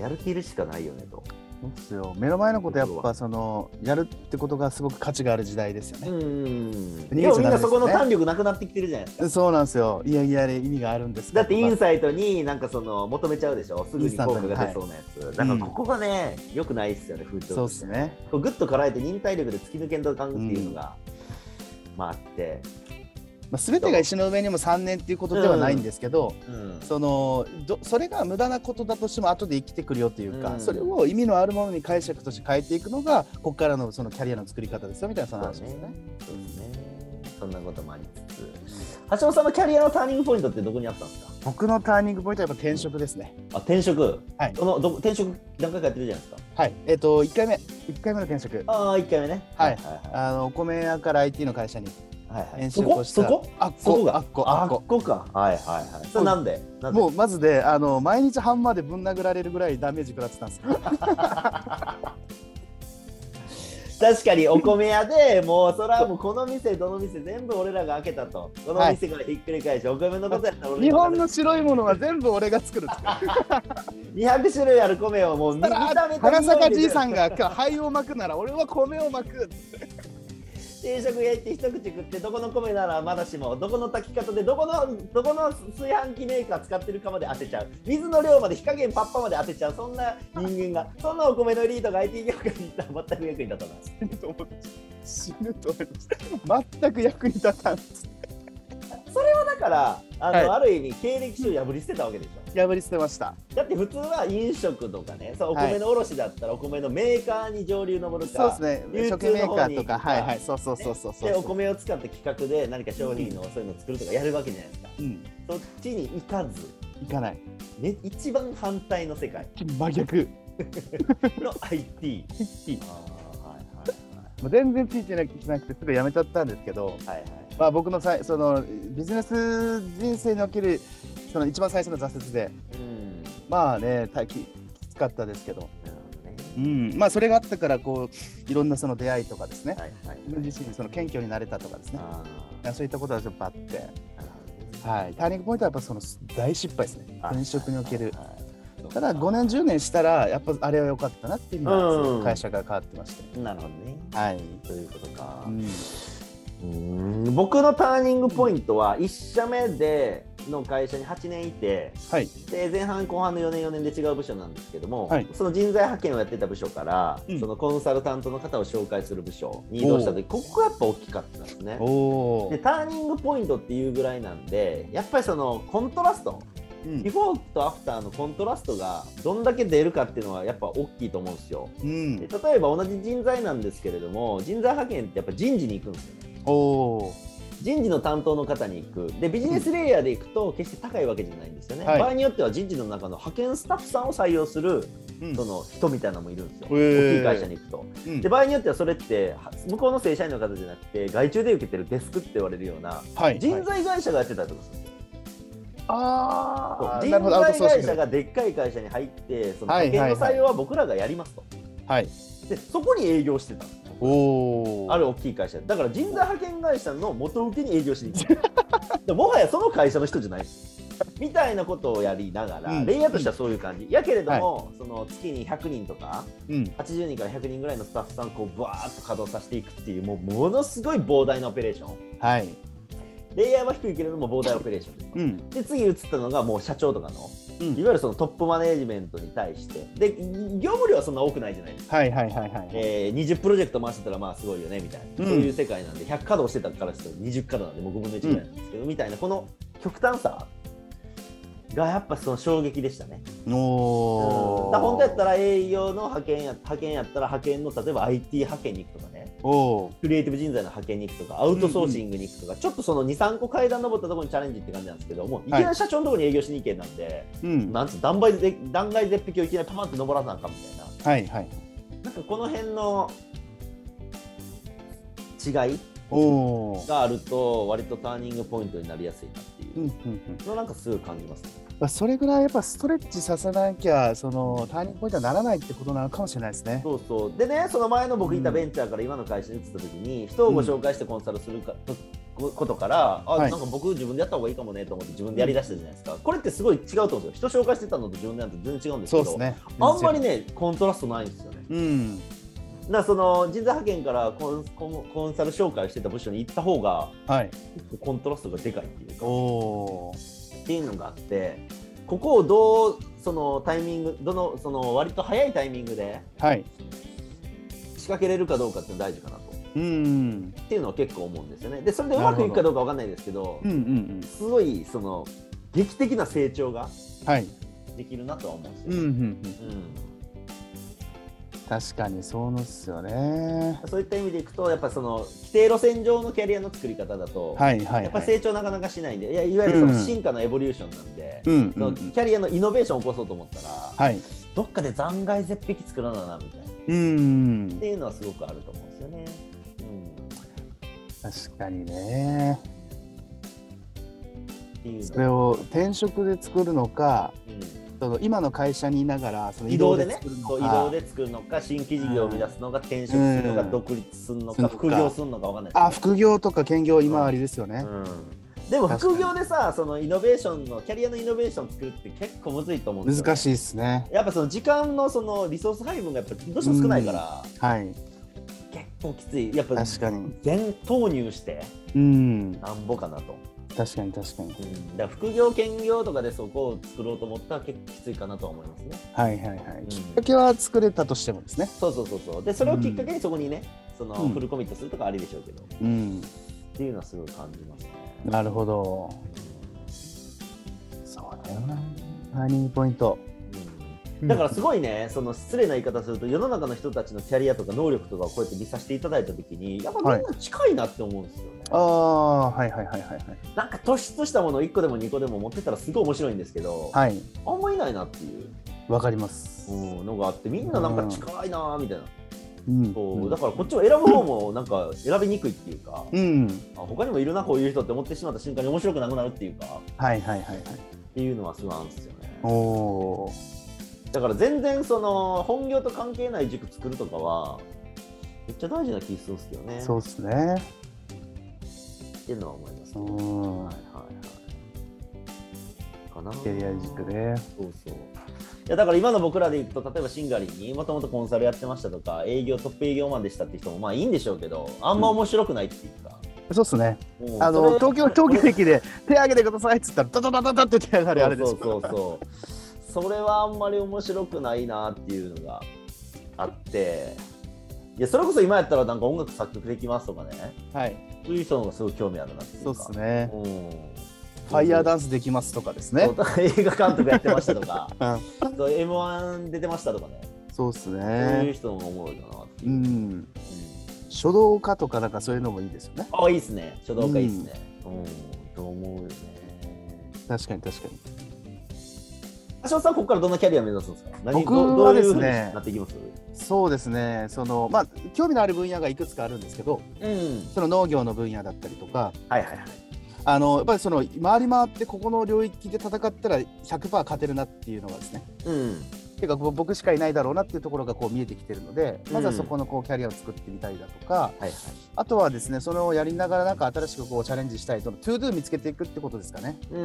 Speaker 1: やる気いるしかないよねと、
Speaker 2: そうですよ。目の前のことやっぱそのやるってことがすごく価値がある時代ですよ
Speaker 1: んでも
Speaker 2: ね。逃げちゃダメですね
Speaker 1: みんなそこの胆力なくなってきてるじゃないですか
Speaker 2: そうなんですよ。いやいやで意味があるんです
Speaker 1: だってイン
Speaker 2: ス
Speaker 1: サイトになんかその求めちゃうでしょすぐに効果が出そうなやつ、だからここがね良くないっすよね風潮
Speaker 2: そう
Speaker 1: と
Speaker 2: で
Speaker 1: して
Speaker 2: すね。
Speaker 1: こうグッとこらえて忍耐力で突き抜けんとあかんっていうのが、まああって
Speaker 2: まあ、全てが石の上にも3年っていうことではないんですけど、
Speaker 1: うん
Speaker 2: そのどそれが無駄なことだとしても後で生きてくるよというか、
Speaker 1: うん
Speaker 2: それを意味のあるものに解釈として変えていくのがここからのそのキャリアの作り方ですよみたいなその話ですね。
Speaker 1: そうですねそんなこともありつつ橋本さんのキャリアのターニングポイントってどこにあったんですか
Speaker 2: 僕のターニングポイントはやっぱ転職ですね。
Speaker 1: あ転職
Speaker 2: はい
Speaker 1: このど転職何回かやってるじゃないですか
Speaker 2: はい、えっ、と1回目1回目の転職
Speaker 1: ああ1回目ね
Speaker 2: はい
Speaker 1: は
Speaker 2: あのお米屋から IT の会社に
Speaker 1: いはいはい
Speaker 2: 転
Speaker 1: そ
Speaker 2: 職
Speaker 1: こ
Speaker 2: をした
Speaker 1: そこ
Speaker 2: あっ
Speaker 1: そこ
Speaker 2: こ
Speaker 1: が
Speaker 2: あっこ
Speaker 1: あ
Speaker 2: あ
Speaker 1: っ
Speaker 2: っこ
Speaker 1: こかはいはいはいそれなんでなんで
Speaker 2: もうまずであの毎日ハンマーでぶん殴られるぐらいダメージ食らってたんですよ
Speaker 1: 確かにお米屋でもうそれはもうこの店どの店全部俺らが開けたとこの店からひっくり返し、お米のことやったら俺
Speaker 2: 日
Speaker 1: ら
Speaker 2: 本の白いものは全部俺が作るって
Speaker 1: 200種類ある米をもう見見
Speaker 2: だか
Speaker 1: た目
Speaker 2: ら
Speaker 1: と
Speaker 2: 花坂じいさ
Speaker 1: ん
Speaker 2: んが今日灰を巻くなら俺は米を巻く
Speaker 1: 定食屋行って一口食ってどこの米ならまだしもどこの炊き方でどこのどこの炊飯器メーカー使ってるかまで当てちゃう水の量まで火加減パッパまで当てちゃうそんな人間がそんなお米のエリートが IT 業界に行ったら全く役に立たない
Speaker 2: 死ぬと思って死ぬと思いました全く役に立たん
Speaker 1: だからあの、
Speaker 2: はい
Speaker 1: ある意味経歴書を破り捨てたわけでしょ
Speaker 2: 破り捨てました
Speaker 1: だって普通は飲食とかね、そうお
Speaker 2: はい
Speaker 1: 米の卸だったらお米のメーカーに上流上る
Speaker 2: そう
Speaker 1: か、
Speaker 2: ですね
Speaker 1: 流
Speaker 2: 食
Speaker 1: 通の
Speaker 2: メーカ
Speaker 1: 方に
Speaker 2: ーとかはいはいそうそうそうそうそう
Speaker 1: でお米を使った企画で何か商品のそういうのを作るとかやるわけじゃないですか。
Speaker 2: うん
Speaker 1: そっちに行かず、
Speaker 2: いかない
Speaker 1: ね、一番反対の世界
Speaker 2: 真逆
Speaker 1: の IT。あ
Speaker 2: もう全然ついてなきなくてすぐ辞めちゃったんですけど
Speaker 1: ーはいはいはいはいはい
Speaker 2: まあ、僕のさいそのビジネス人生におけるその一番最初の挫折で
Speaker 1: うん
Speaker 2: まあね大ききつかったですけど、
Speaker 1: なるほどね
Speaker 2: うんまあ、それがあったからこういろんなその出会いとかですね
Speaker 1: はいはい
Speaker 2: 自分自身にその謙虚になれたとかですね
Speaker 1: あー
Speaker 2: そういったことはちょっとあって、
Speaker 1: なるほどね
Speaker 2: はい、ターニングポイントはやっぱその大失敗ですね
Speaker 1: あ
Speaker 2: 転職における
Speaker 1: はいはいはい
Speaker 2: ただ5年10年したらやっぱあれは良かったなっていうの
Speaker 1: うん
Speaker 2: はその会社が変わってまして、
Speaker 1: なるほどね。
Speaker 2: はい、
Speaker 1: ということか。
Speaker 2: うん
Speaker 1: うーん僕のターニングポイントは1社目での会社に8年いて
Speaker 2: はい
Speaker 1: で前半後半の4年4年で違う部署なんですけども、
Speaker 2: はい
Speaker 1: その人材派遣をやってた部署から、
Speaker 2: うん
Speaker 1: そのコンサルタントの方を紹介する部署に移動した時ここがやっぱ大きかったですね
Speaker 2: お。
Speaker 1: で
Speaker 2: お、
Speaker 1: ターニングポイントっていうぐらいなんでやっぱりそのコントラスト
Speaker 2: うん
Speaker 1: ビフォーとアフターのコントラストがどんだけ出るかっていうのはやっぱ大きいと思うんですよ。
Speaker 2: う
Speaker 1: で
Speaker 2: ん、
Speaker 1: 例えば同じ人材なんですけれども人材派遣ってやっぱ人事に行くんですよね。
Speaker 2: おお
Speaker 1: 人事の担当の方に行くでビジネスレイヤーで行くと決して高いわけじゃないんですよね、
Speaker 2: はい
Speaker 1: 場合によっては人事の中の派遣スタッフさんを採用する
Speaker 2: うん
Speaker 1: その人みたいなのもいるんですよ、
Speaker 2: へー
Speaker 1: 大きい会社に行くと
Speaker 2: うん
Speaker 1: で場合によってはそれっては向こうの正社員の方じゃなくて外注で受けてるデスクって言われるような
Speaker 2: はい、
Speaker 1: 人材会社がやってたりとかするんですよそう
Speaker 2: ああ、なるほ
Speaker 1: 人
Speaker 2: ど、アウ
Speaker 1: 材
Speaker 2: トソーシ
Speaker 1: 会
Speaker 2: ング
Speaker 1: 社
Speaker 2: で。
Speaker 1: がでっかい会社に入ってその
Speaker 2: はい
Speaker 1: 派遣の
Speaker 2: は
Speaker 1: 採
Speaker 2: いはい
Speaker 1: 用は僕らがやりますと
Speaker 2: はい。
Speaker 1: でそこに営業してたんですよ
Speaker 2: おお。
Speaker 1: ある大きい会社だから人材派遣会社の元請けに営業しに行くだからもはやその会社の人じゃないですみたいなことをやりながら、
Speaker 2: うん
Speaker 1: レイヤーとしてはそういう感じやけれども、その月に100人とか
Speaker 2: うん。
Speaker 1: 80人から100人ぐらいのスタッフさんをこうバーッと稼働させていくっていうもうものすごい膨大なオペレーション
Speaker 2: はい。
Speaker 1: レイヤーは低いけれども膨大なオペレーション
Speaker 2: うん。
Speaker 1: で次移ったのがもう社長とかの
Speaker 2: う
Speaker 1: い
Speaker 2: ん。
Speaker 1: わゆるそのトップマネージメントに対してで業務量はそんな多くないじゃないですか
Speaker 2: はいはいはいはい。
Speaker 1: えー20プロジェクト回してたらまあすごいよねみたいな、
Speaker 2: うん
Speaker 1: そういう世界なんで100稼働してたからしても20稼働なんでもう5分の1ぐらいなんですけど、みたいなこの極端さがやっぱその衝撃でしたね。
Speaker 2: お
Speaker 1: う
Speaker 2: お。
Speaker 1: んだから本当やった。ら営業の派遣や派遣やったら派遣の例えば IT 派遣に行くとかね
Speaker 2: おお。
Speaker 1: クリエイティブ人材の派遣に行くとかアウトソーシングに行くとか、ちょっとその23個階段登ったところにチャレンジって感じなんですけどもういきなり社長のところに営業しに行けなんで、
Speaker 2: うん。
Speaker 1: なんつう断崖ぜ断崖絶壁をいきなりパパンって登らなあかんみたいな。
Speaker 2: はいはい。
Speaker 1: なんかこの辺の違い
Speaker 2: おお。
Speaker 1: があると割とターニングポイントになりやすいなって
Speaker 2: う
Speaker 1: い
Speaker 2: んうん
Speaker 1: う
Speaker 2: うん
Speaker 1: のをなんかすぐ感じますね。
Speaker 2: まあ、それぐらいやっぱストレッチさせなきゃそのターニングポイントはならないってことなのかもしれないですね。
Speaker 1: そうそうでねその前の僕いたベンチャーから今の会社に移った時に人をご紹介してコンサルするか、こことからあ、
Speaker 2: はい
Speaker 1: なんか僕自分でやった方がいいかもねと思って自分でやりだしたじゃないですかこれってすごい違うと思うんですよ人紹介してたのと自分でやるのと全然違うんですけ
Speaker 2: そう
Speaker 1: ど
Speaker 2: ですね。
Speaker 1: あんまり。ねコントラストないんですよね。
Speaker 2: うん。
Speaker 1: だからその人材派遣からコンコンコンサル紹介してた部署に行った方が
Speaker 2: はい。
Speaker 1: 結構コントラストがでかいっていうか
Speaker 2: お。お。
Speaker 1: っていうのがあってここをどうそのタイミングどのその割と早いタイミングで
Speaker 2: はい。
Speaker 1: 仕掛けれるかどうかって大事かなと
Speaker 2: うん
Speaker 1: っていうのは結構思うんですよね。でそれでうまくいくかどうかわかんないですけど
Speaker 2: うんうんうん
Speaker 1: すごいその劇的な成長が
Speaker 2: はい
Speaker 1: できるなとは思うんです
Speaker 2: うんう
Speaker 1: よ
Speaker 2: んう
Speaker 1: ね。
Speaker 2: ん確かにそうなんですよね
Speaker 1: うんそういった意味でいくとやっぱその規定路線上のキャリアの作り方だと、
Speaker 2: はいはい
Speaker 1: やっぱ
Speaker 2: はい
Speaker 1: 成長なかなかしないんでいやいわゆるその
Speaker 2: うん
Speaker 1: 進化のエボリューションなんで、
Speaker 2: うんう
Speaker 1: そ
Speaker 2: んう
Speaker 1: のキ
Speaker 2: ん
Speaker 1: ャリアのイノベーションを起こそうと思ったら、
Speaker 2: はい
Speaker 1: どっかで残骸絶壁作らななみたいなっ
Speaker 2: うん
Speaker 1: ていうのはすごくあると思うんですよね。うん
Speaker 2: 確かにね
Speaker 1: っていう
Speaker 2: そ
Speaker 1: の
Speaker 2: れ
Speaker 1: は
Speaker 2: を転職で作るのか
Speaker 1: うん
Speaker 2: その今の会社にいながらその
Speaker 1: 移動でね
Speaker 2: 作るの
Speaker 1: そう移
Speaker 2: か
Speaker 1: 動で作るのか新規事業を生み出すのか転職するのか
Speaker 2: うん
Speaker 1: 独立するの
Speaker 2: する
Speaker 1: か
Speaker 2: のか
Speaker 1: 副業するのかわかんない
Speaker 2: あ
Speaker 1: です
Speaker 2: 副業とか兼業今ありですよね、
Speaker 1: うんでも副業でさそのイノベーションのキャリアのイノベーション作るって結構むずいと思うんですよ
Speaker 2: 難しいですね
Speaker 1: やっぱその時間のそのリソース配分がやっぱどうしても少ないから、
Speaker 2: はい
Speaker 1: 結構きついやっぱ
Speaker 2: 確かに
Speaker 1: 全投入して
Speaker 2: うん
Speaker 1: なんぼかなと、
Speaker 2: 確かに確か
Speaker 1: う
Speaker 2: に
Speaker 1: ん、だから副業兼業とかでそこを作ろうと思ったら結構きついかなとは思いますね
Speaker 2: はいはいはい、
Speaker 1: うん
Speaker 2: きっかけは作れたとしてもですね
Speaker 1: そうそうそうそうでそれをきっかけにそこにね、その
Speaker 2: うん
Speaker 1: フルコミットするとかありでしょうけど、っ
Speaker 2: うん
Speaker 1: ていうのはすごい感じますね
Speaker 2: なるほどそうだよなターニングポイント
Speaker 1: うんだからすごいね、その失礼な言い方すると世の中の人たちのキャリアとか能力とかをこうやって見させていただいた時にやっぱみんな近いなって思うんですよね、
Speaker 2: ああはいはいはいはい
Speaker 1: なんか突出したものを1個でも2個でも持ってたらすごい面白いんですけど、
Speaker 2: はいはい
Speaker 1: あんまいないなっていう
Speaker 2: わかります
Speaker 1: うんのがあってみんななんか近いなーみたいな、
Speaker 2: うん
Speaker 1: こ
Speaker 2: う
Speaker 1: うんだからこっちを選ぶ方もなんか選びにくいっていうか、
Speaker 2: うん
Speaker 1: あ他にもいるなこういう人って思ってしまった瞬間に面白くなくなるっていうか
Speaker 2: はいはいはいは
Speaker 1: っ
Speaker 2: い
Speaker 1: ていうのはすごいあるんですよね
Speaker 2: おおー
Speaker 1: だから全然その本業と関係ない塾作るとかはめっちゃ大事な気するんですけどね
Speaker 2: そうですね
Speaker 1: っていうのは思います
Speaker 2: う
Speaker 1: ね、
Speaker 2: ん
Speaker 1: はいはいはいかな
Speaker 2: キャリア軸ね
Speaker 1: そうそういやだから今の僕らでいくと例えばシンガリーにもともとコンサルやってましたとか営業トップ営業マンでしたって人もまあいいんでしょうけどあんま面白くないっていうか、
Speaker 2: そうですね
Speaker 1: うんそ
Speaker 2: あの
Speaker 1: れ
Speaker 2: 東京東京駅で手挙げてくださいっつったらダダダダダって手上がりあれです
Speaker 1: そうそうそうそうそれはあんまり面白くないなっていうのがあっていやそれこそ今やったらなんか音楽作曲できますとかね
Speaker 2: はい
Speaker 1: そういう人の方がすごい興味あるなっていう
Speaker 2: そう
Speaker 1: か
Speaker 2: ですね
Speaker 1: うん
Speaker 2: ファイヤーダンスできますとかですね
Speaker 1: そうだから映画監督やってましたと か
Speaker 2: うん
Speaker 1: そう m 1出てましたとかね
Speaker 2: そうです
Speaker 1: そういう
Speaker 2: ね
Speaker 1: 人の方がおもろいかなっていうう、うん
Speaker 2: ん書道家とかなんかそういうのもいいですよね
Speaker 1: あいいですね書道家いいですねうん、と思うよね
Speaker 2: 確かに確かに
Speaker 1: 橋本さんここからどんなキャリア目指すんですか何
Speaker 2: 僕
Speaker 1: どど
Speaker 2: は
Speaker 1: うい
Speaker 2: で
Speaker 1: うふ
Speaker 2: す
Speaker 1: うに
Speaker 2: ね
Speaker 1: なっていきます
Speaker 2: そうですねそのまあ興味のある分野がいくつかあるんですけど
Speaker 1: うん
Speaker 2: その農業の分野だったりとか
Speaker 1: はいはいはい
Speaker 2: あのやっぱりその回り回ってここの領域で戦ったら100%勝てるなっていうのがですね
Speaker 1: うん
Speaker 2: てかこう僕しかいないだろうなっていうところがこう見えてきてるのでまずはそこのこうキャリアを作ってみたりだとか、
Speaker 1: はいはい
Speaker 2: あとはですね、そのやりながらなんか新しくこうチャレンジしたいと、トゥードゥ見つけていくってことですかね。
Speaker 1: うー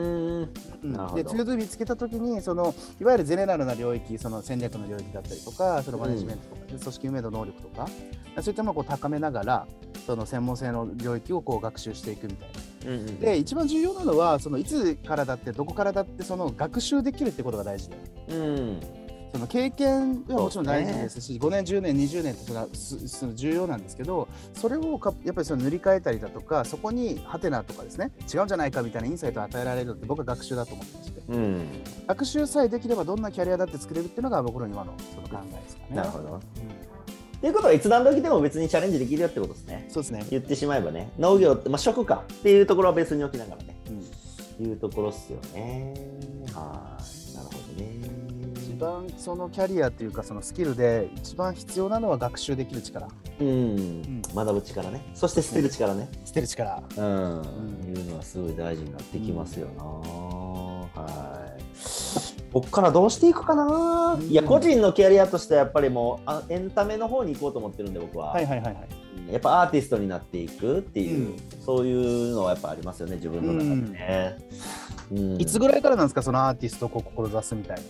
Speaker 1: ん
Speaker 2: うん
Speaker 1: なるほど
Speaker 2: で、トゥードゥ見つけたときに、そのいわゆるゼネラルな領域、その戦略の領域だったりとか、そのマネジメントとか、組織運営の能力とか、そういったものをこう高めながら、その専門性の領域をこう学習していくみたいな。
Speaker 1: うんうん
Speaker 2: で、一番重要なのは、そのいつからだって、どこからだって、その学習できるってことが大事で。
Speaker 1: うん
Speaker 2: その経験はもちろん大事
Speaker 1: そう
Speaker 2: で
Speaker 1: です
Speaker 2: し、5年、10年、20年ってそれはすその重要なんですけど、それをかやっぱりその塗り替えたりだとか、そこにハテナとかですね、違うんじゃないかみたいなインサイトを与えられるのって、僕は学習だと思ってまして、
Speaker 1: うん
Speaker 2: 学習さえできればどんなキャリアだって作れるっていうのが、僕の今のその考えですかね。
Speaker 1: なるほどということはいつ何時でも別にチャレンジできるよってことですね
Speaker 2: そうですね、
Speaker 1: 言ってしまえばね農業って、まあ、食かっていうところは別に置きながらね
Speaker 2: うん
Speaker 1: いうところっすよねはいなるほど
Speaker 2: 一
Speaker 1: ね
Speaker 2: 番そのキャリアというか、そのスキルで一番必要なのは学習できる力、
Speaker 1: うん、
Speaker 2: ん
Speaker 1: 学ぶ力ねそして捨てる力ね
Speaker 2: 捨てる力。
Speaker 1: うん、
Speaker 2: ん
Speaker 1: いうのはすごい大事になってきますよな、はいこっからどうしていくかな、
Speaker 2: うん
Speaker 1: いや個人のキャリアとしてはやっぱりもうあエンタメの方に行こうと思ってるんで僕は、
Speaker 2: はいはいはいはい。
Speaker 1: やっぱアーティストになっていくっていう、
Speaker 2: うん
Speaker 1: そういうのはやっぱありますよね自分の中でね、うん
Speaker 2: いつぐらいからなんですか、そのアーティストをこう志すみたい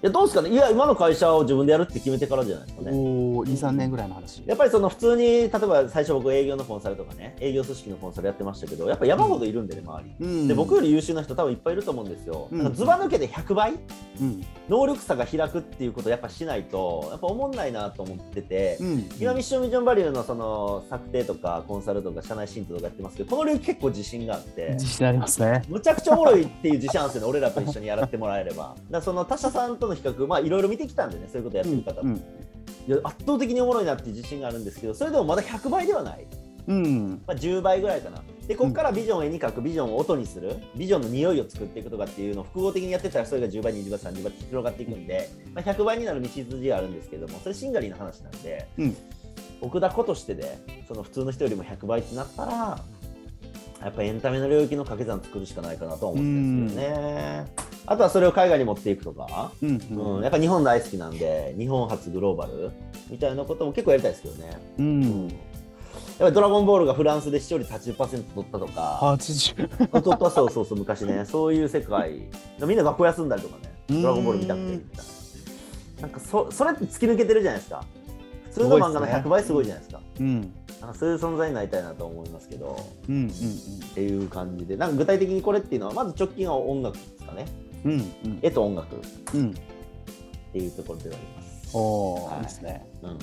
Speaker 1: いやどうですかねいや今の会社を自分でやるって決めてからじゃないですか
Speaker 2: な。
Speaker 1: ね
Speaker 2: おお、2、3年ぐらいの話。
Speaker 1: やっぱりその普通に例えば最初僕営業のコンサルとかね営業組織のコンサルやってましたけどやっぱ山ほどいるんでね周り、
Speaker 2: うん
Speaker 1: で僕より優秀な人多分いっぱいいると思うんですよ、
Speaker 2: うん
Speaker 1: なんかずば抜けて100倍
Speaker 2: うん
Speaker 1: 能力差が開くっていうことをやっぱしないとやっぱ思んないなと思ってて、
Speaker 2: うん
Speaker 1: 今ミッションビジョンバリューのその策定とかコンサルとか社内進通とかやってますけどこの領域結構自信があって
Speaker 2: 自信ありますね
Speaker 1: むちゃくちゃおもろいっていう自信あるんですよね俺らと一緒にやらってもらえれ ばだからその他社さんとの比較まあいろいろ見てきたんでねそういうことやってる方も、
Speaker 2: うん
Speaker 1: いや圧倒的におもろいなっていう自信があるんですけどそれでもまだ100倍ではない、
Speaker 2: うん
Speaker 1: まあ、10倍ぐらいかなでここからビジョンを絵に描くビジョンを音にするビジョンの匂いを作っていくとかっていうのを複合的にやってたらそれが10倍20倍30倍って広がっていくんで、まあ、100倍になる道筋があるんですけどもそれシンガリーの話なんで、
Speaker 2: うん
Speaker 1: 奥田子としてでその普通の人よりも100倍ってなったらやっぱエンタメの領域の掛け算作るしかないかなとは思ってるんですけどね。あとはそれを海外に持っていくとか、
Speaker 2: うん
Speaker 1: うん、やっぱ日本大好きなんで日本初グローバルみたいなことも結構やりたいですけどね、
Speaker 2: う
Speaker 1: うん
Speaker 2: ん
Speaker 1: やっぱり「ドラゴンボール」がフランスで視聴率80%取ったとか
Speaker 2: 80
Speaker 1: 取ったそうそうそう昔 ねそういう世界みんな学校休んだりとかね「
Speaker 2: うん
Speaker 1: ドラゴンボール」見たくてみたいななんかそそれって突き抜けてるじゃないですか普通の漫画の100倍すごいじゃないですか
Speaker 2: うん
Speaker 1: なんかそういう存在になりたいなと思いますけど
Speaker 2: うんうん
Speaker 1: っていう感じでなんか具体的にこれっていうのはまず直近は音楽ですかね
Speaker 2: うんうん
Speaker 1: 絵と音楽っ
Speaker 2: うんうん
Speaker 1: ていうところではあります、
Speaker 2: お
Speaker 1: はい
Speaker 2: ーいいですね
Speaker 1: うん、
Speaker 2: うんう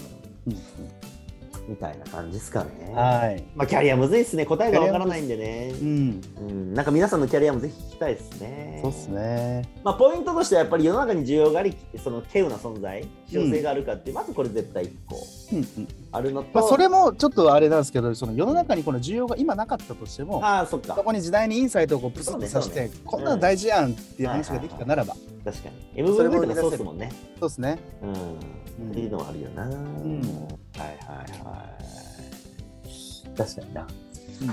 Speaker 1: みたいな感じですかね
Speaker 2: んはい
Speaker 1: まあ、キャリアむずいですね答えがわからないんでね
Speaker 2: うん
Speaker 1: うん、なんか皆さんのキャリアもぜひ聞きたいですね。
Speaker 2: そうっすね
Speaker 1: まあ、ポイントとしてはやっぱり世の中に需要がありその稀有な存在必要性があるかって、まずこれ絶対1個
Speaker 2: うんうん
Speaker 1: あるのと、
Speaker 2: まあそれもちょっとあれなんですけどその世の中にこの需要が今なかったとしても
Speaker 1: ああそっ
Speaker 2: そ
Speaker 1: か
Speaker 2: こに時代にインサイトをこうプスッとさして、
Speaker 1: そうねそうね
Speaker 2: こんなの大事やんっていう話ができたならば、
Speaker 1: 確かに
Speaker 2: それも
Speaker 1: MV とかそうですもんね。
Speaker 2: そうですね。
Speaker 1: うん、
Speaker 2: うん
Speaker 1: っていうのはあるよな、
Speaker 2: ん
Speaker 1: はいはいはい確かにな
Speaker 2: う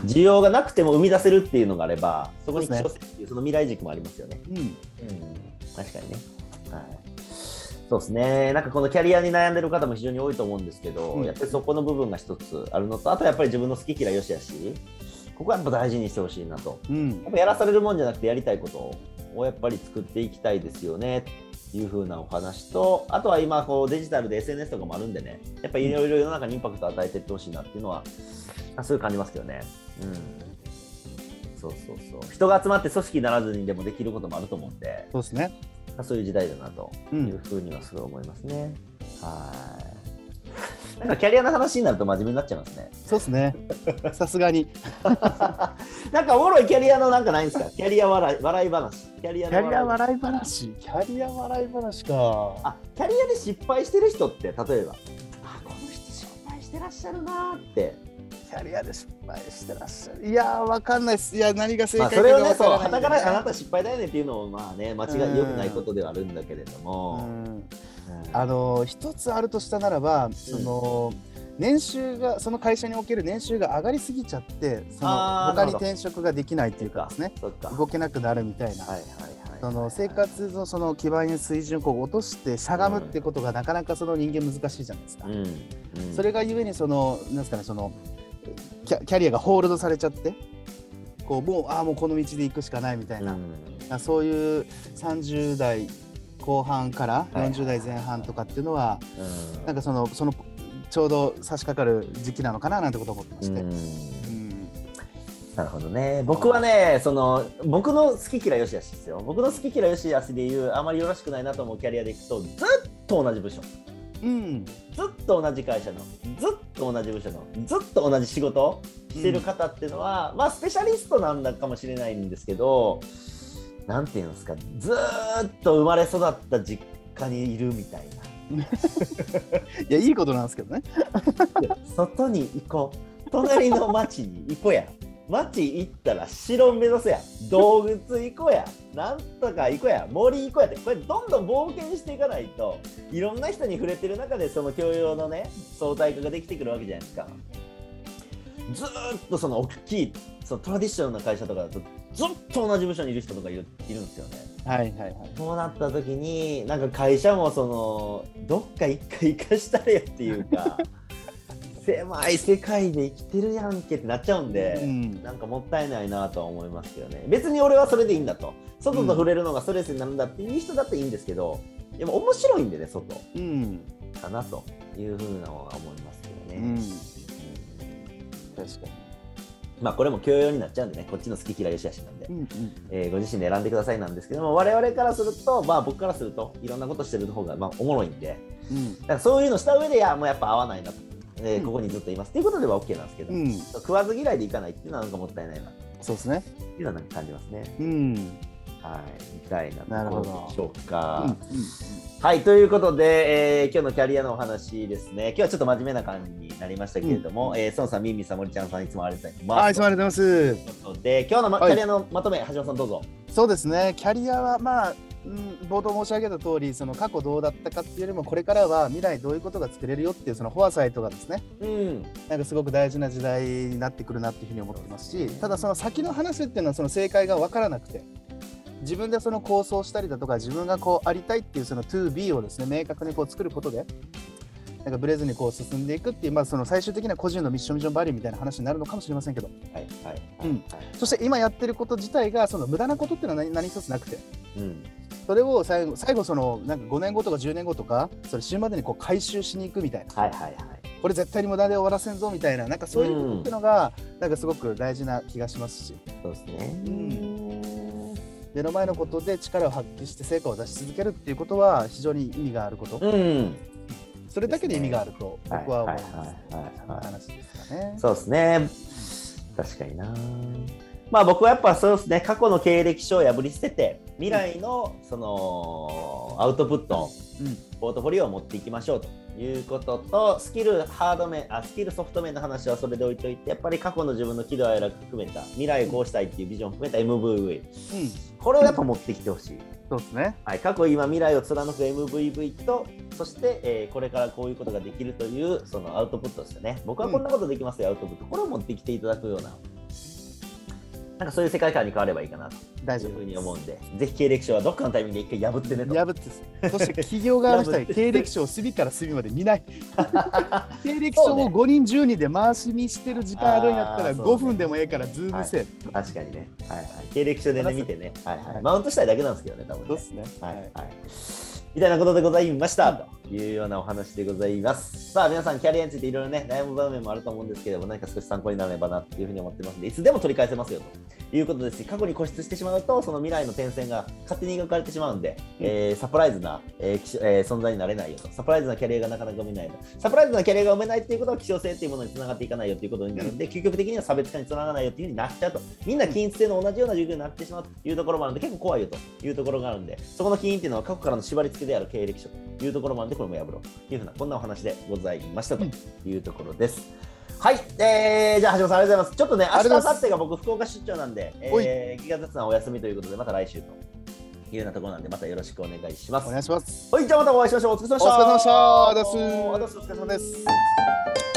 Speaker 1: 需要がなくても生み出せるっていうのがあればそこに
Speaker 2: そう
Speaker 1: 希
Speaker 2: です
Speaker 1: 少性
Speaker 2: ね
Speaker 1: っていうその未来軸もありますよね。
Speaker 2: ん、
Speaker 1: 確かにね。はい。そうですね。なんかこのキャリアに悩んでる方も非常に多いと思うんですけど、
Speaker 2: うん
Speaker 1: やっぱりそこの部分が一つあるのと、あとやっぱり自分の好き嫌いよしやし、ここはやっぱ大事にしてほしいなと。
Speaker 2: うん
Speaker 1: や、っぱやらされるもんじゃなくてやりたいことをやっぱり作っていきたいですよね。っていう風なお話と、あとは今こうデジタルで SNS とかもあるんでね、やっぱりいろいろ世の中にインパクトを与えていってほしいなっていうのは、あすごい感じますけどね。うん。そうそうそう。人が集まって組織にならずにでもできることもあると思うんで、
Speaker 2: そうですね。
Speaker 1: まあそういう時代だなと
Speaker 2: う、
Speaker 1: いうんふうにはすごい思いますね。はい。なんかキャリアの話になると真面目になっちゃいますね。
Speaker 2: そうです ね。さすがにキ
Speaker 1: なんかおもろいキャリアのなんかないんですかキャリア笑い笑い話。キャリアの
Speaker 2: ャリア
Speaker 1: 話。
Speaker 2: 笑い話、キャリア笑い話か。
Speaker 1: あキャリアで失敗してる人って例えば、あこの人失敗してらっしゃるなーって、
Speaker 2: キャリアで失敗してらっしゃる。いやー、わかんないです。いや、何が正
Speaker 1: まあ、
Speaker 2: 解か
Speaker 1: それをね、
Speaker 2: わ
Speaker 1: そう、
Speaker 2: らない
Speaker 1: は
Speaker 2: んでね
Speaker 1: からあなた失敗だよねっていうのを、まあね、間違
Speaker 2: うん
Speaker 1: い良くないことではあるんだけれど
Speaker 2: う
Speaker 1: も、
Speaker 2: ん
Speaker 1: うん
Speaker 2: あの一つあるとしたならば、その。年収がその会社における年収が上がりすぎちゃってその
Speaker 1: あーなる
Speaker 2: 他に
Speaker 1: ほど
Speaker 2: 転職ができないっていうかですね
Speaker 1: そっか。
Speaker 2: 動けなくなるみたいな
Speaker 1: はいはいはい。
Speaker 2: その生活のその基盤や水準をこう落としてしゃがむってことがなかなかその人間難しいじゃないですか
Speaker 1: う。ん、うん
Speaker 2: それがゆえにそのなんですかねそのキャキャリアがホールドされちゃってこうもうああもうこの道で行くしかないみたいな、
Speaker 1: うん
Speaker 2: そういう30代後半から
Speaker 1: いはい
Speaker 2: 40代前半とかっていうのは
Speaker 1: うん
Speaker 2: なんかそのそのちょうど差し掛かる時期なのかななんてことを思ってまして。
Speaker 1: う
Speaker 2: うん
Speaker 1: ん
Speaker 2: うん
Speaker 1: なるほどね。僕はね、その僕の好き嫌いよしあしですよ。僕の好き嫌いよしあしでいう、あまりよろしくないなと思うキャリアでいくと、ずっと同じ部署、ずっと同じ会社の、ずっと同じ部署の、ずっと同じ仕事をしてる方っていうのは、まあスペシャリストなんだかもしれないんですけど、なんていうんですか、ずーっと生まれ育った実家にいるみたいな。
Speaker 2: いやいいことなんですけどね。
Speaker 1: 外に行こう隣の町に行こうや町行ったら城目指せや動物行こうやなんとか行こうや森行こうやってこれどんどん冒険していかないといろんな人に触れてる中でその教養のね相対化ができてくるわけじゃないですかずーっとその大きいそのトラディショナルな会社とかだとずっと同じ部署にいる人とかいるいるんですよね
Speaker 2: はいはいはい。
Speaker 1: そうなった時になんか会社もそのどっか一回生かしたれよっていう か狭い世界で生きてるやんけってなっちゃうんで、
Speaker 2: うん
Speaker 1: なんかもったいないなとは思いますけどね別に俺はそれでいいんだと外と触れるのがストレスになるんだっていう人だっていいんですけどでも面白いんでね外
Speaker 2: うん
Speaker 1: かなというふうなのは思いますけど
Speaker 2: う
Speaker 1: ね、
Speaker 2: ん、確かに。
Speaker 1: まあこれも教養になっちゃうんでね、こっちの好き嫌いよしあしなんで、
Speaker 2: うんうん
Speaker 1: えーご自身で選んでくださいなんですけども、我々からすると、まあ僕からすると、いろんなことしてる方がまあおもろいんで、
Speaker 2: うん
Speaker 1: だからそういうのした上で、いや、もうやっぱ合わないなと、えー
Speaker 2: うん
Speaker 1: ここにずっといますっていうことでは OK なんですけど、
Speaker 2: うん
Speaker 1: 食わず嫌いでいかないっていうのはなんかもったいないなって
Speaker 2: そうですね
Speaker 1: いうのはなんか感じますね。
Speaker 2: うんうん
Speaker 1: はい、みたいな
Speaker 2: なる
Speaker 1: とこ
Speaker 2: ほど
Speaker 1: ろでしょうか。
Speaker 2: うん
Speaker 1: はい、ということで、えー今日のキャリアのお話ですね。今日はちょっと真面目な感じになりましたけれども、えー孫さん、ミンミンさん、森ちゃんさん、いつもありがとうございます。
Speaker 2: はい、いつもありがとうございます。
Speaker 1: ということで、今日の、ま、キ
Speaker 2: はい
Speaker 1: ャリアのまとめ、橋本さんどうぞ。
Speaker 2: そうですね、キャリアはまあ、うん、冒頭申し上げた通り、その過去どうだったかっていうよりも、これからは未来どういうことが作れるよっていう、そのフォアサイトがですね、
Speaker 1: うん、
Speaker 2: なんかすごく大事な時代になってくるなっていうふうに思ってます
Speaker 1: そうで
Speaker 2: し
Speaker 1: すね、
Speaker 2: ただその先の話っていうのはその正解が分からなくて、自分でその構想したりだとか、自分がこうありたいっていうその 2B をですね、明確にこう作ることで、なんかブレずにこう進んでいくっていう、まあその最終的な個人のミッションビジョンバリューみたいな話になるのかもしれませんけど、
Speaker 1: はい、はい、は
Speaker 2: う
Speaker 1: い、
Speaker 2: んそして今やってること自体がその無駄なことっていうのは何何一つなくて、
Speaker 1: うん、
Speaker 2: それを最後最後そのなんか5年後とか10年後とかそれ死ぬまでにこう回収しに行くみたいな
Speaker 1: はい、はい、はい。
Speaker 2: これ絶対に無駄で終わらせんぞみたいななんかそういうことってのが、なんかすごく大事な気がしますし
Speaker 1: そうですね。
Speaker 2: うん目の前のことで力を発揮して成果を出し続けるっていうことは非常に意味があること、
Speaker 1: うん、
Speaker 2: それだけで意味があると僕は思いま
Speaker 1: は
Speaker 2: す。
Speaker 1: い、はい、はい、はい。
Speaker 2: 話ですかね。
Speaker 1: そうですね。確かにな。まあ僕はやっぱそうですね、過去の経歴書を破り捨てて、未来のそのアウトプット、
Speaker 2: うん
Speaker 1: ポートフォリオを持っていきましょうということと、スキルハード面、あスキルソフト面の話はそれで置いといて、やっぱり過去の自分の喜怒哀楽含めた、未来こうしたいっていうビジョンを含めた MVV、
Speaker 2: うん、
Speaker 1: これをやっぱ持ってきてほしい。
Speaker 2: そうですね。
Speaker 1: はい、過去、今、未来を貫く MVV と、そして、えーこれからこういうことができるというそのアウトプットですよね。僕はこんなことできますよ、アウトプット。これを持ってきていただくような、なんかそういう世界観に変わればいいかなと
Speaker 2: 大
Speaker 1: い
Speaker 2: 丈
Speaker 1: うふうに
Speaker 2: 夫
Speaker 1: 思うんで、ぜひ経歴書はどっかのタイミングで一回破ってねと。
Speaker 2: 破ってですそして企業側の人は
Speaker 1: 破って
Speaker 2: 経歴書を隅から隅まで見ない 経歴書を5人10人で回し見してる時間あるんやった
Speaker 1: あ
Speaker 2: ら
Speaker 1: ーそうね
Speaker 2: 5分でもええからズームせえ
Speaker 1: 確かにね。はいはい、経歴書でね、見てね、はいは。
Speaker 2: はいい
Speaker 1: マウントしたいだけなんですけどね、多分
Speaker 2: そう
Speaker 1: ね
Speaker 2: っ。すね
Speaker 1: は
Speaker 2: はいい
Speaker 1: はい。みたいなことでございました、というようなお話でございます。さあ、皆さん、キャリアについていろいろね、悩む場面もあると思うんですけれども、何か少し参考になればなというふうに思ってますので、いつでも取り返せますよということですし、過去に固執してしまうと、その未来の点線が勝手に描かれてしまうんで、
Speaker 2: うん
Speaker 1: えーサプライズな、えー希少えー存在になれないよと、サプライズなキャリアがなかなか埋めないと、サプライズなキャリアが埋めないっていうことは、希少性っていうものにつながっていかないよということになるので、究極的には差別化につながらないよっていうふうになっちゃうと、みんな均一性の同じような状況になってしまうというところもあるので、結構怖いよというところがあるんで、そこの起因っていうのは過去からの縛り付けである経歴書というところもあるんで、これも破ろうというふうな、こんなお話でございましたというところです。はい、えー、じゃあ橋本さんありがとうございます。ちょっとね、明
Speaker 2: あ
Speaker 1: 日、
Speaker 2: り
Speaker 1: 明
Speaker 2: がとうございます
Speaker 1: 後日が僕、福岡出張なんで、
Speaker 2: おい
Speaker 1: えー、ギガ雑談お休みということで、また来週というようなところなんで、またよろしくお願いします
Speaker 2: お。願いします
Speaker 1: はい、じゃあまたお会いしましょう。お疲れ様で
Speaker 2: お
Speaker 1: した。
Speaker 2: 疲れ様でした
Speaker 1: ありがとうございます
Speaker 2: お疲れ様です